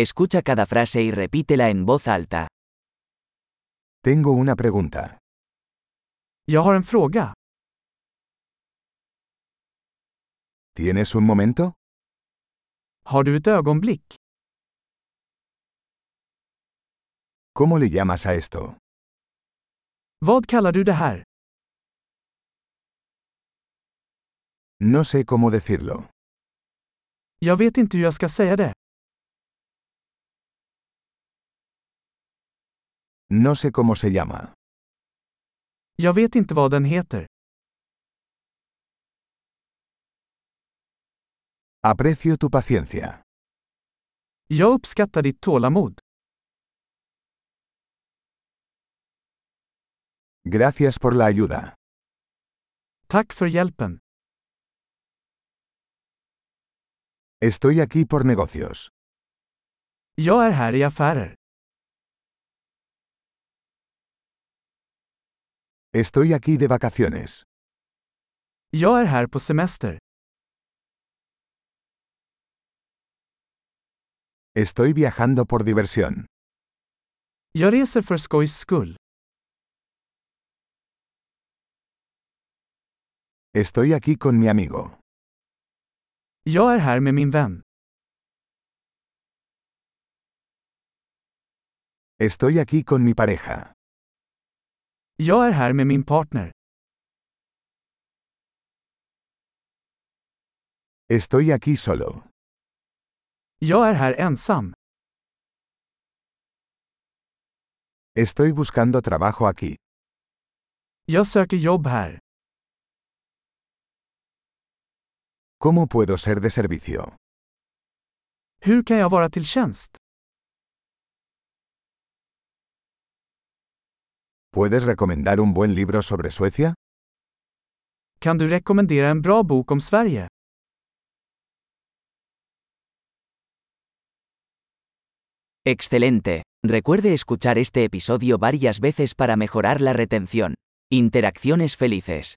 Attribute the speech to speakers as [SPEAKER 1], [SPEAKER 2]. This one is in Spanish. [SPEAKER 1] Escucha cada frase y repítela en voz alta.
[SPEAKER 2] Tengo una pregunta.
[SPEAKER 3] Jag har en fråga.
[SPEAKER 2] ¿Tienes un momento?
[SPEAKER 3] Har du ett ögonblick?
[SPEAKER 2] ¿Cómo le llamas a esto?
[SPEAKER 3] Vad kallar du det här?
[SPEAKER 2] No sé cómo decirlo.
[SPEAKER 3] Jag vet inte hur jag ska säga det.
[SPEAKER 2] No sé cómo se llama.
[SPEAKER 3] Jag vet inte vad den heter.
[SPEAKER 2] Aprecio tu paciencia.
[SPEAKER 3] Jag uppskattar ditt tålamod.
[SPEAKER 2] Gracias por la ayuda.
[SPEAKER 3] Tack för hjälpen.
[SPEAKER 2] Estoy aquí por negocios.
[SPEAKER 3] Jag är här i affärer.
[SPEAKER 2] Estoy aquí de vacaciones.
[SPEAKER 3] Jag är här på semester.
[SPEAKER 2] Estoy viajando por diversión.
[SPEAKER 3] Jag reser för skojs skull.
[SPEAKER 2] Estoy aquí con mi amigo.
[SPEAKER 3] Jag är här med min vän.
[SPEAKER 2] Estoy aquí con mi pareja.
[SPEAKER 3] Jag är här med min partner.
[SPEAKER 2] Estoy aquí solo.
[SPEAKER 3] Jag är här ensam.
[SPEAKER 2] Estoy buscando trabajo aquí.
[SPEAKER 3] Jag söker jobb här.
[SPEAKER 2] ¿Cómo puedo ser de servicio?
[SPEAKER 3] Hur kan jag vara till tjänst?
[SPEAKER 2] ¿Puedes recomendar un buen libro sobre Suecia?
[SPEAKER 3] Kan du rekommendera en bra bok om Sverige?
[SPEAKER 1] Excelente. Recuerde escuchar este episodio varias veces para mejorar la retención. Interacciones felices.